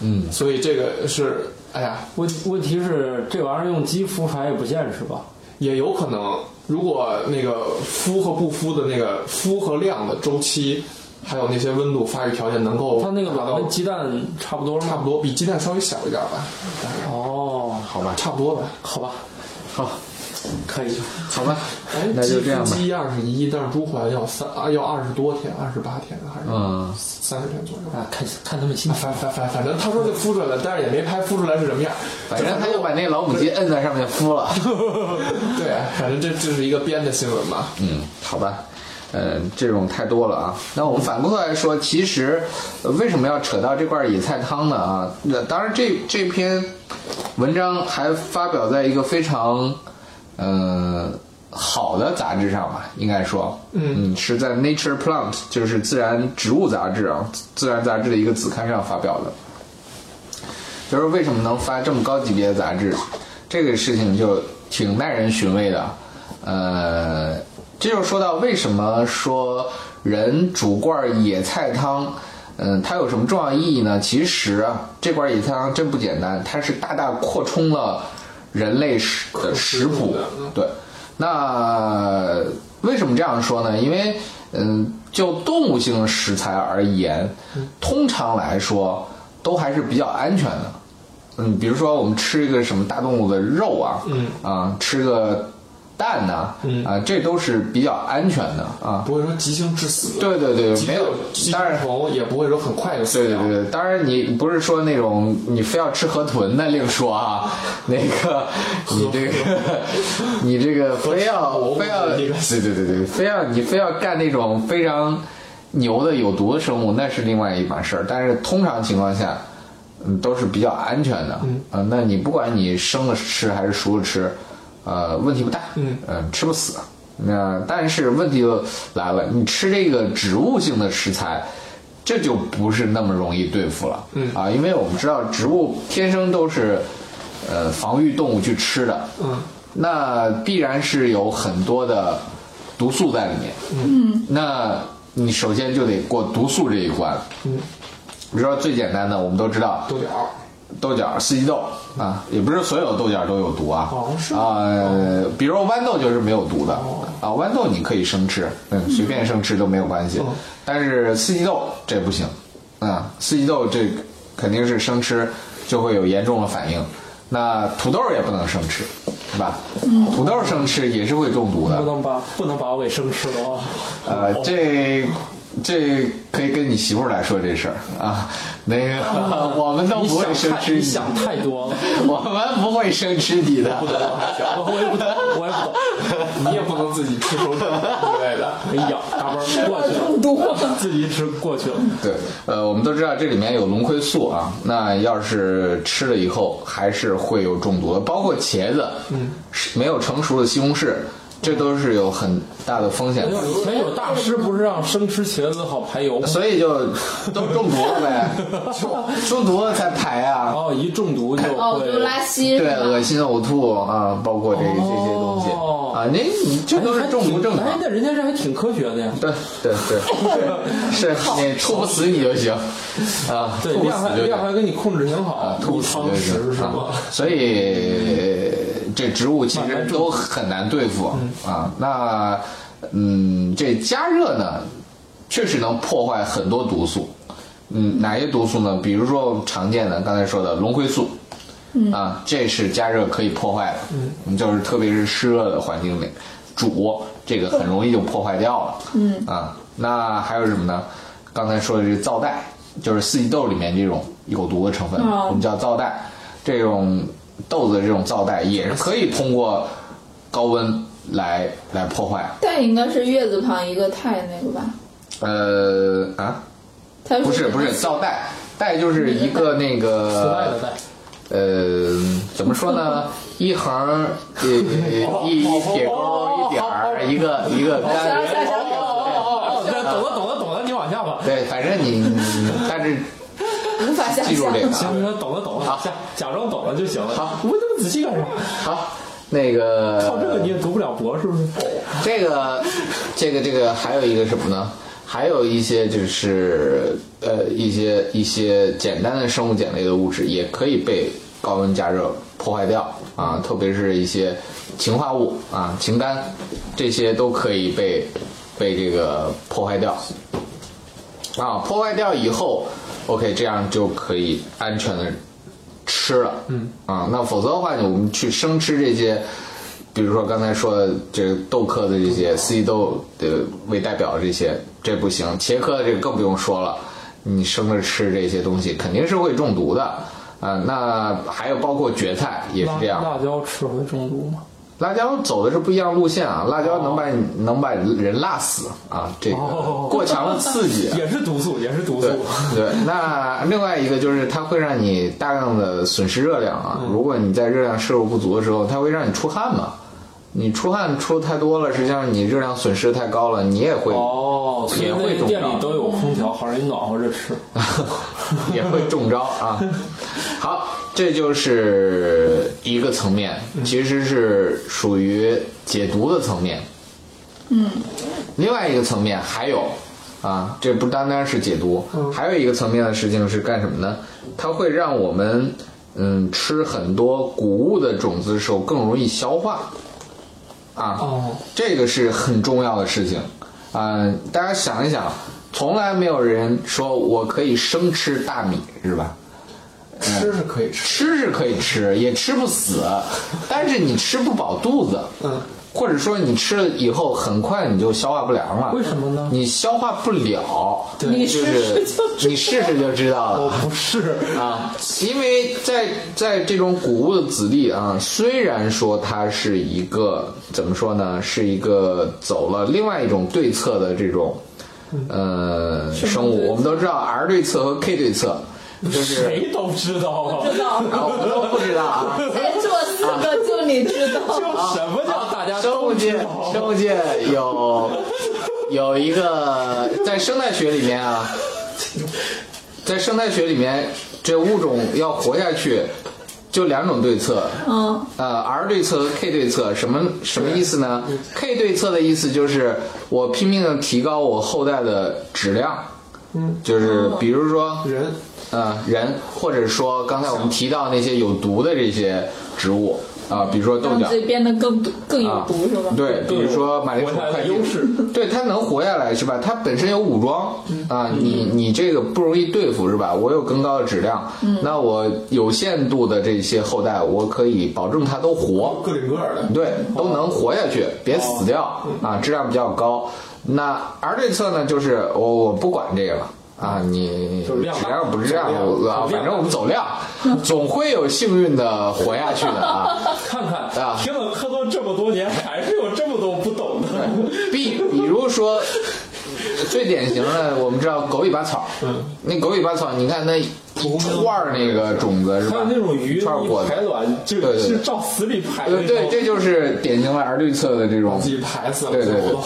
E: 嗯，
C: 所以这个是，哎呀，
D: 问问题是这玩意儿用鸡孵出来也不现实吧？
C: 也有可能，如果那个孵和不孵的那个孵和量的周期，还有那些温度发育条件能够
D: 它那个
C: 达
D: 卵
C: 到
D: 跟鸡蛋差不多
C: 差
D: 吗？
C: 不多，比鸡蛋稍微小一点吧，大概
D: 哦，
E: 好吧，
C: 差不多吧。
D: 好吧，
E: 好，
D: 可以。
E: 好吧，
C: 哎，
E: 那就这样吧。
C: 鸡二十一，但是朱鹮要三啊，要二十多天，二十八天还是
E: 嗯，
C: 三十天左右。
D: 啊，看看他们心情。
C: 反反反反正他说这孵出来了，但是也没拍孵出来是什么样。
E: 反正他就把那老母鸡摁在上面孵了。
C: 对，反正这这是一个编的新闻嘛。
E: 嗯，好吧，呃，这种太多了啊。那我们反过来说，其实、呃为什么要扯到这块野菜汤呢？啊，那当然这这篇文章还发表在一个非常呃好的杂志上吧，应该说，嗯是在《Nature Plant》就是《自然植物杂志》啊，《自然杂志》的一个子刊上发表的。就是为什么能发这么高级别的杂志，这个事情就挺耐人寻味的。呃，这就说到为什么说人煮罐野菜汤，嗯、它有什么重要意义呢？其实啊，这罐野菜汤真不简单，它是大大扩充了人类食的食谱。对，那为什么这样说呢？因为，嗯，就动物性食材而言，通常来说都还是比较安全的。嗯，比如说我们吃一个什么大动物的肉啊，嗯啊，吃个蛋呐、啊，这都是比较安全的啊。
C: 不会说急性致死，
E: 对对对，
C: 急
E: 没
C: 性
E: 有，
C: 急
E: 当
C: 性
E: 然。
C: 虫也不会说很快就死
E: 对对
C: 掉。
E: 对对，当然你不是说那种你非要吃河豚那另说啊，那个你这个你这个非要
C: 我
E: 非要
C: 我那个
E: 对对对对，非要你非要干那种非常牛的有毒的生物，那是另外一码事儿。但是通常情况下，嗯，都是比较安全的。嗯、那你不管你生了吃还是熟了吃，呃，问题不大。
C: 嗯
E: 吃不死。那但是问题就来了，你吃这个植物性的食材，这就不是那么容易对付了。嗯啊，因为我们知道植物天生都是，呃，防御动物去吃的。嗯，那必然是有很多的毒素在里面。嗯，那你首先就得过毒素这一关。嗯，比如说最简单的，我们都知道，
C: 豆角儿嗯
E: 豆角、四季豆啊，也不是所有豆角都有毒啊。
C: 哦是哦
E: 啊、呃，比如豌豆就是没有毒的啊，豌豆你可以生吃，嗯，随便生吃都没有关
C: 嗯
E: 系。但是四季豆这不行啊，四季豆这肯定是生吃就会有严重的反应。那土豆也不能生吃，是吧？土豆生吃也是会中毒的。
D: 不能把不能把我给生吃了啊！
E: 呃，这这可以跟你媳妇儿来说这事儿啊。那个、我们都
D: 你
E: 不会
D: 想
E: 生
D: 太
E: 吃
D: 你
E: 你
D: 想太多 了，
E: 我们不会生吃你的。
D: 我我也不懂，我也不懂。
C: 你也不能自己吃手指之类的。
D: 哎呀，嘎嘣儿过去
B: 更多。
D: 了，自己吃过去了。
E: 对，呃，我们都知道这里面有龙葵素啊，那要是吃了以后还是会有中毒的，包括茄子，嗯，没有成熟的西红柿，这都是有很大的风险的。
D: 以前有大师不是让生吃茄子好排油吗？
E: 所以就都中毒了呗，中毒了才排
D: 然
E: 啊，
D: 后一中毒就
B: 哦，
D: 会
B: 就拉稀是
E: 对，
B: 吧
E: 恶？心呕吐啊，包括这这些东西
D: 哦
E: 啊，那你这都是中毒症
D: 哎
E: 状，。
D: 那人家这还挺科学的呀。
E: 对对 对，是你猝不死你就行啊，
D: 对，
E: 猝不
D: 量
E: 死
D: 还
E: 就
D: 量
E: 行
D: 还给你控制挺好
E: 啊，，猝不死就行
D: 是
E: 啊
D: 吗？
E: 所以这植物其实都很难对付啊。那嗯，这加热呢，确实能破坏很多毒素。嗯，哪些毒素呢？比如说常见的刚才说的龙葵素。啊，这是加热可以破坏的，嗯，就是特别是湿热的环境里煮，这个很容易就破坏掉了，嗯啊，那还有什么呢？刚才说的这皂带，就是四季豆里面这种有毒的成分，
B: 哦
E: 我们叫皂带，这种豆子的这种皂带也是可以通过高温来来破坏，
B: 但应该是月字旁一个太那个吧？
E: 呃啊，
B: 它
E: 不是不是皂带，带就是一个那个
D: 磁带的带，
E: 呃，怎么说呢？一横儿，呃，一一撇钩，一点儿，一个一个
B: 下
E: 杆。
B: 下下
D: 哦，对懂了懂了懂了，你往下吧。
E: 对，反正你你大致
B: 无法想
E: 记住
B: 象。
E: 这个
D: 行
E: 啊。
D: 行，懂了懂了，
E: 好
D: 假假装懂了就行了。
E: 好
D: 我这么仔细干啥？
E: 好，那个
D: 靠这个你也读不了博，是不是？
E: 这个，这个，这个还有一个什么呢？还有一些就是呃，一些一些简单的生物碱类的物质也可以被高温加热破坏掉啊，特别是一些氰化物啊、氰苷，这些都可以被被这个破坏掉啊。破坏掉以后，OK，这样就可以安全的吃了，嗯啊，那否则的话，我们去生吃这些，比如说刚才说的这个豆科的这些四季豆的为代表的这些，这不行。茄科的这个更不用说了，你生着吃这些东西肯定是会中毒的啊、那还有包括蕨菜呃也是这样，
D: 辣辣椒吃会中毒吗？
E: 辣椒走的是不一样路线啊，辣椒能把你、能把人辣死啊，这个
D: 哦
E: 过强的刺激、
D: 也是毒素，也是毒素
E: 啊对。对，那另外一个就是它会让你大量的损失热量
D: 嗯
E: 啊。如果你在热量摄入不足的时候，它会让你出汗嘛。你出汗出太多了，实际上你热量损失太高了，你也会、
D: 哦，所以
E: 也会
D: 那
E: 中啊
D: 店
E: 招
D: 里都有空调，好让你暖和着吃。
E: 也会中招啊。好，这就是一个层面，其实是属于解毒的层面。嗯，另外一个层面还有啊，这不单单是解毒，还有一个层面的事情是干什么呢？它会让我们嗯吃很多谷物的种子的时候更容易消化啊。
D: 哦，
E: 这个是很重要的事情。嗯、大家想一想，从来没有人说我可以生吃大米，是吧？
C: 吃是可以吃，
E: 吃是可以吃，也吃不死， 但是你吃不饱肚子，
C: 嗯，
E: 或者说你吃了以后很快你就消化不良了。
D: 为什么呢
E: 你消化不了，
B: 你
E: 就
B: 试试就
E: 是
B: 知道
E: 你试试就知道了。
D: 不是，
E: 啊，因为在在这种谷物的子弟啊，虽然说它是一个怎么说呢，是一个走了另外一种对策的这种
D: 嗯
E: 呃
B: 什
E: 生
B: 么对
E: 物，
B: 策
E: 我们都知道 R 对侧和 K 对侧，就是
D: 谁都知道啊。
E: 啊，我们都不知道啊。
B: 在座四个就你知
D: 就
B: 道，
D: 什么叫 大家
E: 生
D: 都
E: 物界
D: 知道？，
E: 生物界有有一个在生态学里面啊，在生态学里面，这物种要活下去，就两种对策。
B: 嗯，
E: 呃，R 对策和 K 对策什么什么意思呢？K
D: 嗯
E: 对策的意思就是我拼命的提高我后代的质量，嗯，就是
D: 哦
E: 比如说
C: 人
E: 呃人，或者说刚才我们提到那些有毒的这些植物啊、比如说豆
B: 让
E: 角
B: 自，己变得更毒更有
E: 啊
B: 毒是吧？
E: 对，比如说马铃薯
D: 活下来
E: 快
D: 的
E: 递
D: 优势，嗯
E: 对它能活下来是吧？它本身有武装啊，你你这个不容易对付是吧？我有更高的质量，
B: 嗯
E: 那我有限度的这些后代，我可以保证它都活，
C: 个顶个儿的，
E: 对，都能活下
D: 哦
E: 去，别死掉
D: 嗯
E: 啊，质量比较高。那 R 对侧呢，就是我我不管这个了。啊，你
D: 就是量大
E: 质量不是这样，
D: 走量
E: 我啊
D: 走量
E: 反正我们走量，总会有幸运的活下去的 啊。
D: 看看
E: 啊
D: 听了科多这么多年，还是有这么多不懂的。
E: 比比如说，
D: 嗯
E: 最典型的，我们知道狗尾巴草，那狗尾巴草，你看它串儿那个种子是
D: 还有
E: 吧？
D: 那种鱼
E: 串儿果
D: 一
E: 子
D: 排。卵，就
E: 对对对
D: 是照死里排
E: 呃，
D: 那
E: 对，
D: 种，
E: 这就是典型的儿绿色的这种
C: 自己排死了，
E: 对对对
C: 我都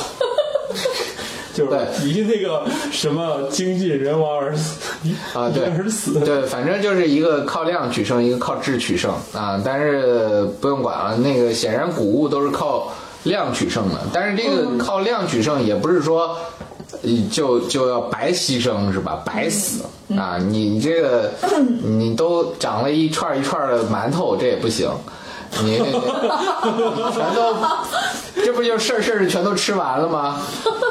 D: 就是
E: 对
D: 离那个什么经济人亡而死，
E: 啊， 对
D: 因而死。
E: 对，反正就是一个靠量取胜，一个靠质取胜啊。但是不用管了，那个显然谷物都是靠量取胜的，但是这个靠量取胜也不是说呃就就要白牺牲是吧？白死啊！你这个你都长了一串一串的馒头，这也不行。你全都， 这不就事儿事儿全都吃完了吗？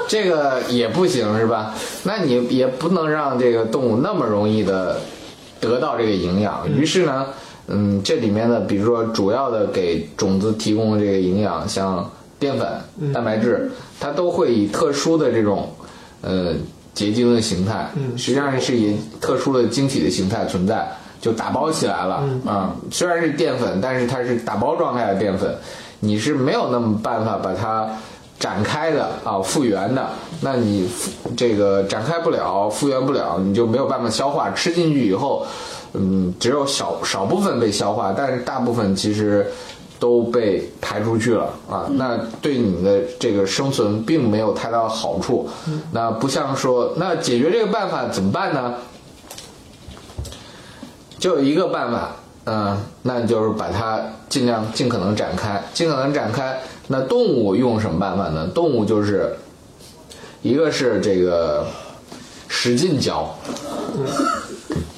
E: 这个也不行是吧？那你也不能让这个动物那么容易的得到这个营养。于是呢，嗯，这里面呢，比如说主要的给种子提供的这个营养，像淀粉、蛋白质，它都会以特殊的这种呃结晶的形态，实际上是以特殊的晶体的形态存在，就打包起来了啊、虽然是淀粉，但是它是打包状态的淀粉，你是没有那么办法把它。展开的啊，复原的，那你复这个展开不了，复原不了，你就没有办法消化。吃进去以后，嗯，只有少少部分被消化，但是大部分其实都被排出去了啊。那对你的这个生存并没有太大的好处。那不像说，那解决这个办法怎么办呢？就有一个办法，嗯、那就是把它尽量尽可能展开，尽可能展开。那动物用什么办法呢？动物就是一个是这个使劲嚼，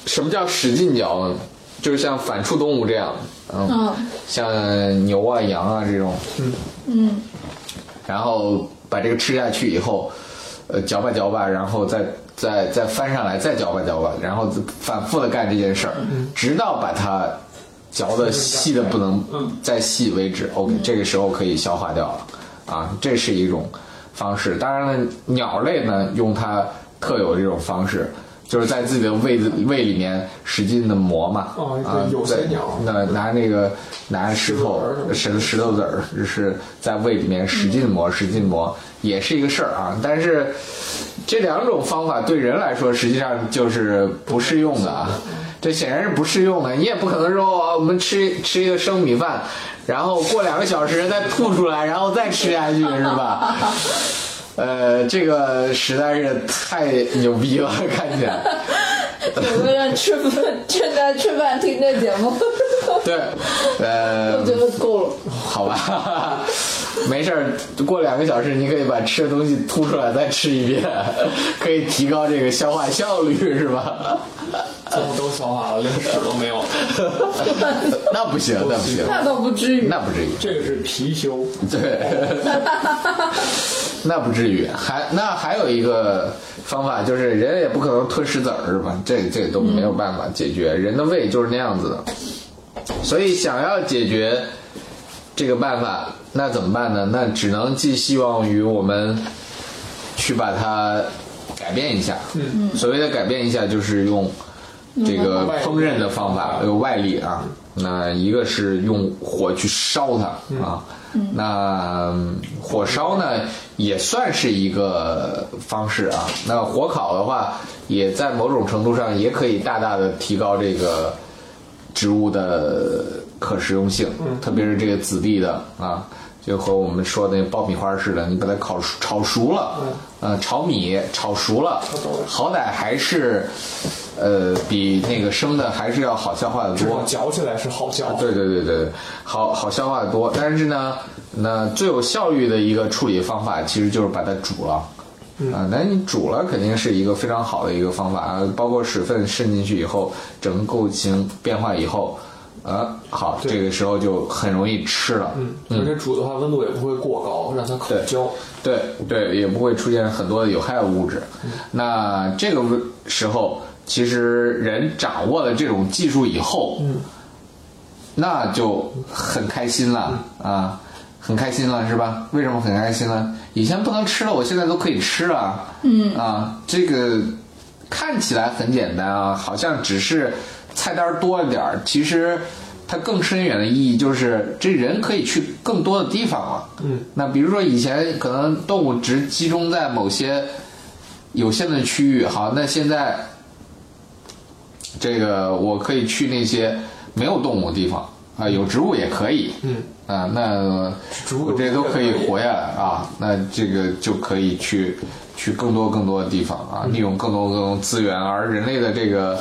E: 什么叫使劲嚼呢？就是像反刍动物这样，嗯，
B: 嗯
E: 像牛啊、羊啊这种，
B: 嗯，
E: 然后把这个吃下去以后，呃，嚼吧嚼吧，然后再再再翻上来，再嚼吧嚼吧，然后反复的干这件事儿，
C: 嗯
E: 直到把它嚼的细的不能
C: 嗯
E: 再细为止。OK，这个时候可以消化掉了，啊，这是一种方式。当然了，鸟类呢用它特有这种方式。就是在自己的胃子胃里面使劲的磨嘛，
C: 哦
E: 啊，
C: 有些
E: 在
C: 鸟
E: 那拿那个拿石头石石头子儿，就是在胃里面使劲磨，使劲磨，也是一个事儿啊。但是这两种方法对人来说，实际上就是不适用的啊。这显然是不适用的，你也不可能说哦我们吃吃一个生米饭，然后过两个小时再吐出来，然后再吃下去，是吧？ 呃，这个实在是太牛逼了，看起来。
B: 有个人吃饭正在吃饭听这节目，
E: 对， 呃，
B: 我觉得够了。
E: 好吧， 没事儿，过两个小时你可以把吃的东西吐出来再吃一遍， 可以提高这个消化效率，是吧？
C: 最后都消化了，连屎都没有。
E: 那不行，那不行，
B: 那倒不至于，
E: 那不至于，
D: 这个是貔貅，
E: 对，那不至于。还那还有一个方法就是，人也不可能吞石子儿，是吧？这这都没有办法解决，人的胃就是那样子的。所以想要解决这个办法，那怎么办呢？那只能寄希望于我们去把它改变一下。嗯，所谓的改变一下，就是用这个烹饪的方法，有外力啊。那一个是用火去烧它啊，那嗯火烧呢也算是一个方式啊。那火烤的话，也在某种程度上也可以大大的提高这个植物的可食用性，特别是这个籽地的啊，就和我们说的那爆米花似的，你把它烤熟炒熟了，呃，炒米炒熟了，好歹还是，呃，比那个生的还是要好消化的
C: 至
E: 多
C: 少。嚼起来是好嚼。
E: 啊对对对对对，好好消化的多。但是呢，那最有效率的一个处理方法，其实就是把它煮了。啊，那你煮了肯定是一个非常好的一个方法啊，包括水分渗进去以后，整个构型变化以后，呃，好，这个时候就很容易吃了。
C: 嗯，而且煮的话温度也不会过高，让它烤
E: 对
C: 焦。
E: 对对，也不会出现很多的有害物质。那这个时候，其实人掌握了这种技术以后，那就很开心了啊，很开心了是吧？为什么很开心呢？以前不能吃了，我现在都可以吃了。嗯啊，这个看起来很简单啊，好像只是菜单多了点儿，其实它更深远的意义就是，这人可以去更多的地方了。嗯，那比如说以前可能动物只集中在某些有限的区域，好，那现在这个我可以去那些没有动物的地方啊、有植物也可以，嗯啊、那
C: 植物
E: 我这些都可以
C: 也可以
E: 活下来啊，那这个就可以去去更多更多的地方啊，利用更多更多资源，而人类的这个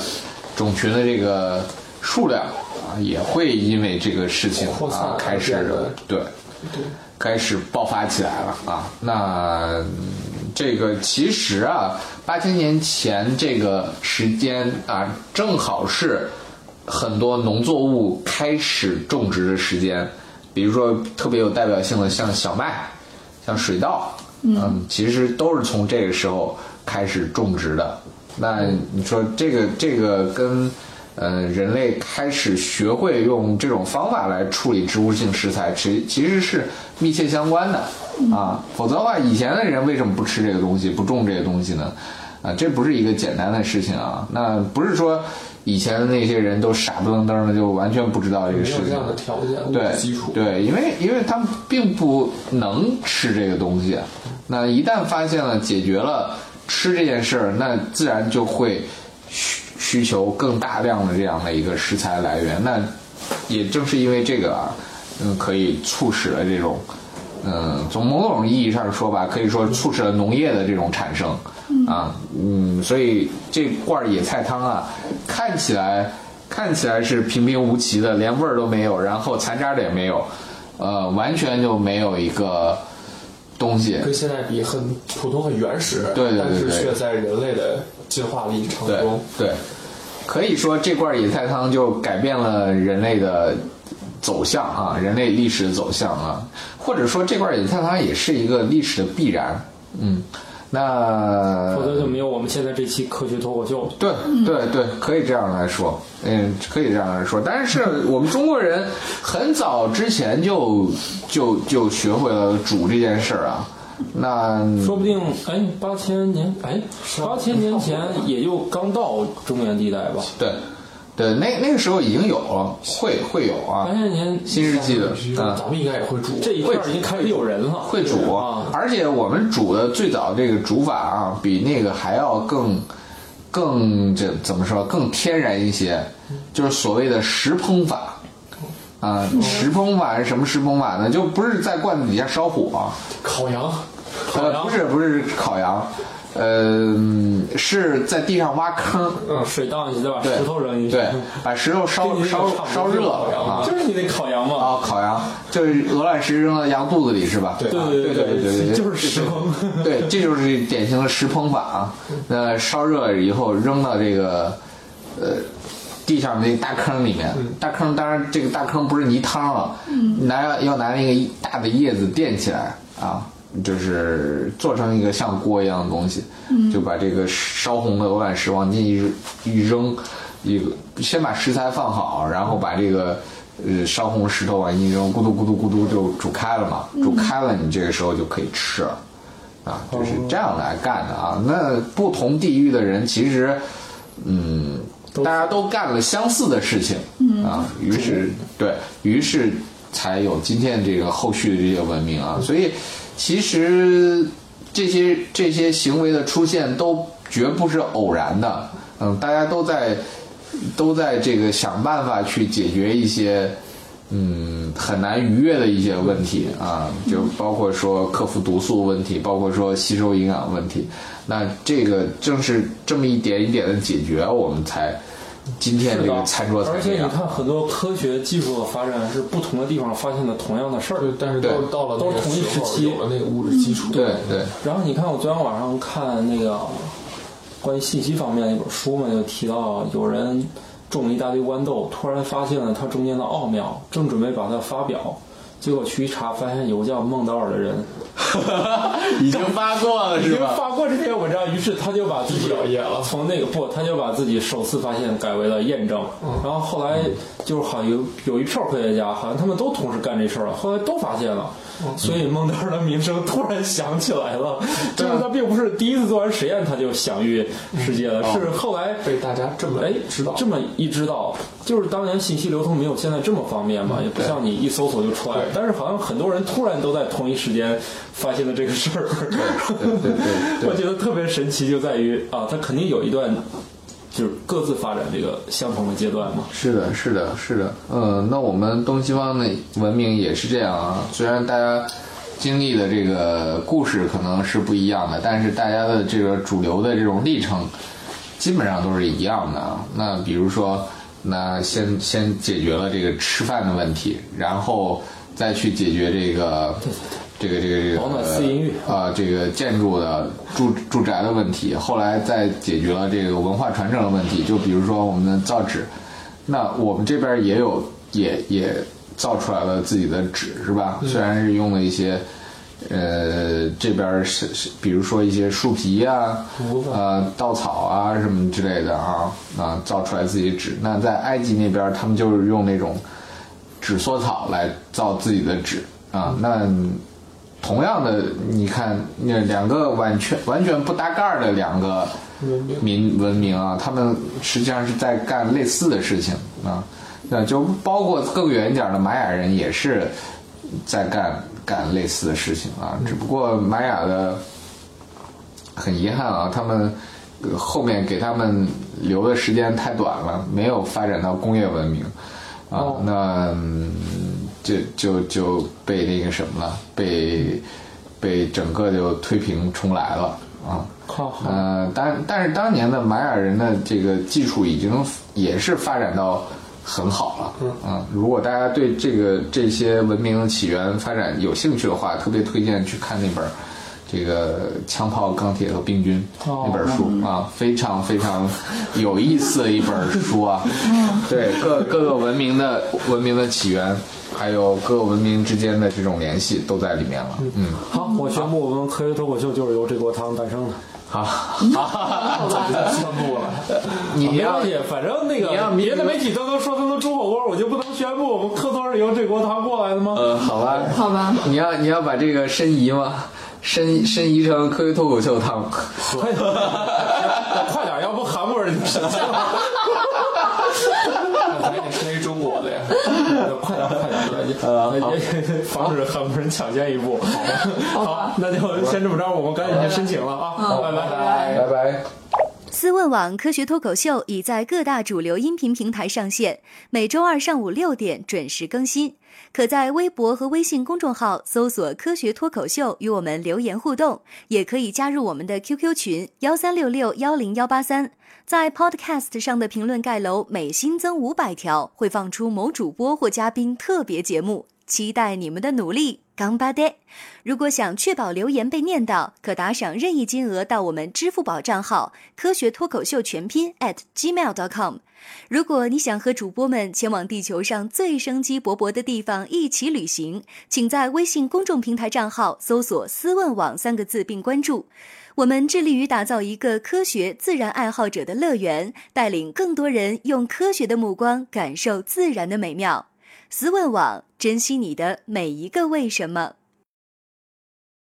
E: 种群的这个数量啊，也会因为这个事情
C: 扩散
E: 啊
C: 而
E: 开始
C: 变得
E: 对开始爆发起来了啊。那这个其实啊，八千年前这个时间啊，正好是很多农作物开始种植的时间。比如说特别有代表性的，像小麦，像水稻，嗯，其实都是从这个时候开始种植的。那你说这个这个跟呃人类开始学会用这种方法来处理植物性食材，其其实是密切相关的啊。否则的话，以前的人为什么不吃这个东西，不种这个东西呢？啊，这不是一个简单的事情啊。那不是说以前的那些人都傻不愣登的，就完全不知道这个
C: 没
E: 事
C: 有这
E: 情
C: 样。的条件物
E: 对
C: 质基础，
E: 对，因为因为他们并不能吃这个东西，那一旦发现了解决了吃这件事儿，那自然就会需需求更大量的这样的一个食材来源。那也正是因为这个啊，嗯，可以促使了这种。嗯，从某种意义上说吧，可以说促使了农业的这种产生，啊，嗯，所以这罐儿野菜汤啊，看起来看起来是平平无奇的，连味儿都没有，然后残渣儿的也没有，呃，完全就没有一个东西，
C: 跟现在比很普通、很原始，
E: 对对对
C: 但是
E: 对
C: 却在人类的进化历程
E: 对
C: 中，
E: 对，可以说这罐野菜汤就改变了人类的走向啊，人类历史的走向啊，或者说这罐野菜汤也是一个历史的必然，嗯，那
D: 否则就没有我们现在这期科学脱口秀。
E: 对对对，可以这样来说，嗯，可以这样来说。但是我们中国人很早之前就就就学会了煮这件事儿啊。那
D: 说不定，哎，八千年，哎，
C: 啊
D: 八千年前也就刚到中原地带吧。
E: 对对，那那个时候已经有了，会会有
D: 八
E: 啊，
D: 千年
E: 新世纪的啊。
C: 咱们应该也会煮。
D: 这一块儿已经开始有人了，
E: 会煮
D: 啊，
E: 而且我们煮的最早这个煮法啊，比那个还要更更这怎么说更天然一些，就是所谓的石烹法。啊，石烹法是什么石烹法呢？就不是在罐子底下烧火、
C: 烤羊，
E: 呃，不是不是烤羊，呃，是在地上挖坑，
D: 嗯水荡下去，再把
E: 对，
D: 石头扔进去，
E: 对，把石头烧
D: 跟你那个
E: 烧
D: 差不多
E: 烧热
D: 就是烤羊
E: 啊，
D: 就是你那烤羊嘛。
E: 啊，烤羊就是鹅卵石扔到羊肚子里是吧？对
D: 对
E: 对
D: 对
E: 对对，
D: 就是石头。
E: 对，这就是典型的石烹法啊。那烧热以后扔到这个呃地上那大坑里面，大坑当然这个大坑不是泥汤了，拿要拿那个一大的叶子垫起来啊，就是做成一个像锅一样的东西，就把这个烧红的鹅卵石往进一扔一扔，一个先把食材放好，然后把这个。呃，烧红石头往一扔，咕嘟咕嘟咕嘟就煮开了嘛，煮开了，你这个时候就可以吃了。啊，就是这样来干的啊。那不同地域的人其实，嗯，大家都干了相似的事情，啊，于是对于是才有今天这个后续的这些文明啊。所以其实这些这些行为的出现都绝不是偶然的，嗯，大家都在都在这个想办法去解决一些。嗯，很难逾越的一些问题啊，就包括说克服毒素问题，包括说吸收营养问题。那这个正是这么一点一点的解决，我们才今天这个餐啊桌才
D: 而
E: 这
D: 且你
E: 样。
D: 看，很多科学技术的发展是不同的地方发现了同样的事儿。
C: 对，但是都
E: 对
C: 到了
D: 都
C: 那
D: 是
C: 个
D: 同一时
C: 候
D: 期
C: 有了那个物质基础，
E: 对对，
D: 然后你看，我昨天晚上看那个关于信息方面的一本书嘛，就提到有人种了一大堆豌豆，突然发现了它中间的奥妙，正准备把它发表，结果去一查，发现有个叫孟德尔的 人
E: 已经发过了
D: 已经？发过这篇文章，于是他就把自己
C: 表演了
D: 从那个不，他就把自己首次发现改为了验证。
C: 嗯
D: 然后后来就是好像有有一票科学家，好像他们都同时干这事儿了，后来都发现了，
C: 嗯
D: 所以孟德尔的名声突然响起来了。
C: 啊
D: 就是他并不是第一次做完实验他就享誉世界了，是后来
C: 哦被大家这么
D: 哎
C: 知道
D: 这么一知道，就是当年信息流通没有现在这么方便
E: 嗯
D: 嘛，也不像你一搜索就出来了
C: 对。
D: 但是好像很多人突然都在同一时间发现了这个事儿。
E: 对对对
D: 我觉得特别神奇就在于啊，他肯定有一段就是各自发展这个相同的阶段嘛。
E: 是的，是的，是的，嗯，那我们东西方的文明也是这样啊。虽然大家经历的这个故事可能是不一样的，但是大家的这个主流的这种历程基本上都是一样的啊。那比如说，那先先解决了这个吃饭的问题，然后再去解决这个这个这个这个
D: 保暖思淫欲
E: 啊、这个建筑的住住宅的问题，后来再解决了这个文化传承的问题，就比如说我们的造纸。那我们这边也有，也也造出来了自己的纸，是吧？虽然是用了一些，呃，这边是是，比如说一些树皮啊
C: 竹子、
E: 呃稻草啊什么之类的啊啊，造出来自己的纸。那在埃及那边，他们就是用那种纸缩草来造自己的纸啊。那同样的，你看那两个完全完全不搭盖儿的两个民文明啊，他们实际上是在干类似的事情啊。那就包括更远一点的玛雅人也是在干干类似的事情啊，只不过玛雅的很遗憾啊，他们呃后面给他们留的时间太短了，没有发展到工业文明啊，那、嗯就就就被那个什么了，被被整个就推平重来了啊。
D: 靠，
E: 呃，但但是当年的玛雅人的这个技术已经也是发展到很好了。嗯，如果大家对这个这些文明的起源发展有兴趣的话，特别推荐去看那本儿这个《枪炮、钢铁和病菌》那本书、啊，非常非常有意思的一本书 啊。对各各个文明的文明的起源，还有各个文明之间的这种联系都在里面了。嗯，
D: 好，我宣布我们科学脱口秀就是由这锅汤诞生的。
E: 好，
B: 好吧，
C: 宣布了，
E: 你
D: 没
E: 要
D: 关系，反正那
E: 你要
D: 个别的媒体都能说他能煮火锅，我就不能宣布我们科托是由这锅汤过来的吗？
E: 呃，好吧，
B: 好吧，
E: 你要你要把这个申遗吗？申申遗成科学脱口秀汤，
D: 快点快点，要不韩国人就生气了。
C: 那咱也是一中国的呀。
D: 快点，快点，呃，防止韩国人抢先一步。好，那就先这么着，我们赶紧去申请了啊，拜拜。
E: 拜拜。
F: 思问网科学脱口秀已在各大主流音频平台上线，每周二上午六点准时更新。可在微博和微信公众号搜索“科学脱口秀”与我们留言互动，也可以加入我们的 QQ 群幺三六六幺零幺八三。在 Podcast 上的评论盖楼每新增五百条，会放出某主播或嘉宾特别节目，期待你们的努力。干巴爹！如果想确保留言被念到，可打赏任意金额到我们支付宝账号“科学脱口秀全拼 ”at gmail.com。如果你想和主播们前往地球上最生机勃勃的地方一起旅行，请在微信公众平台账号搜索“思问网”三个字并关注。我们致力于打造一个科学自然爱好者的乐园，带领更多人用科学的目光感受自然的美妙。思问网，珍惜你的每一个为什么。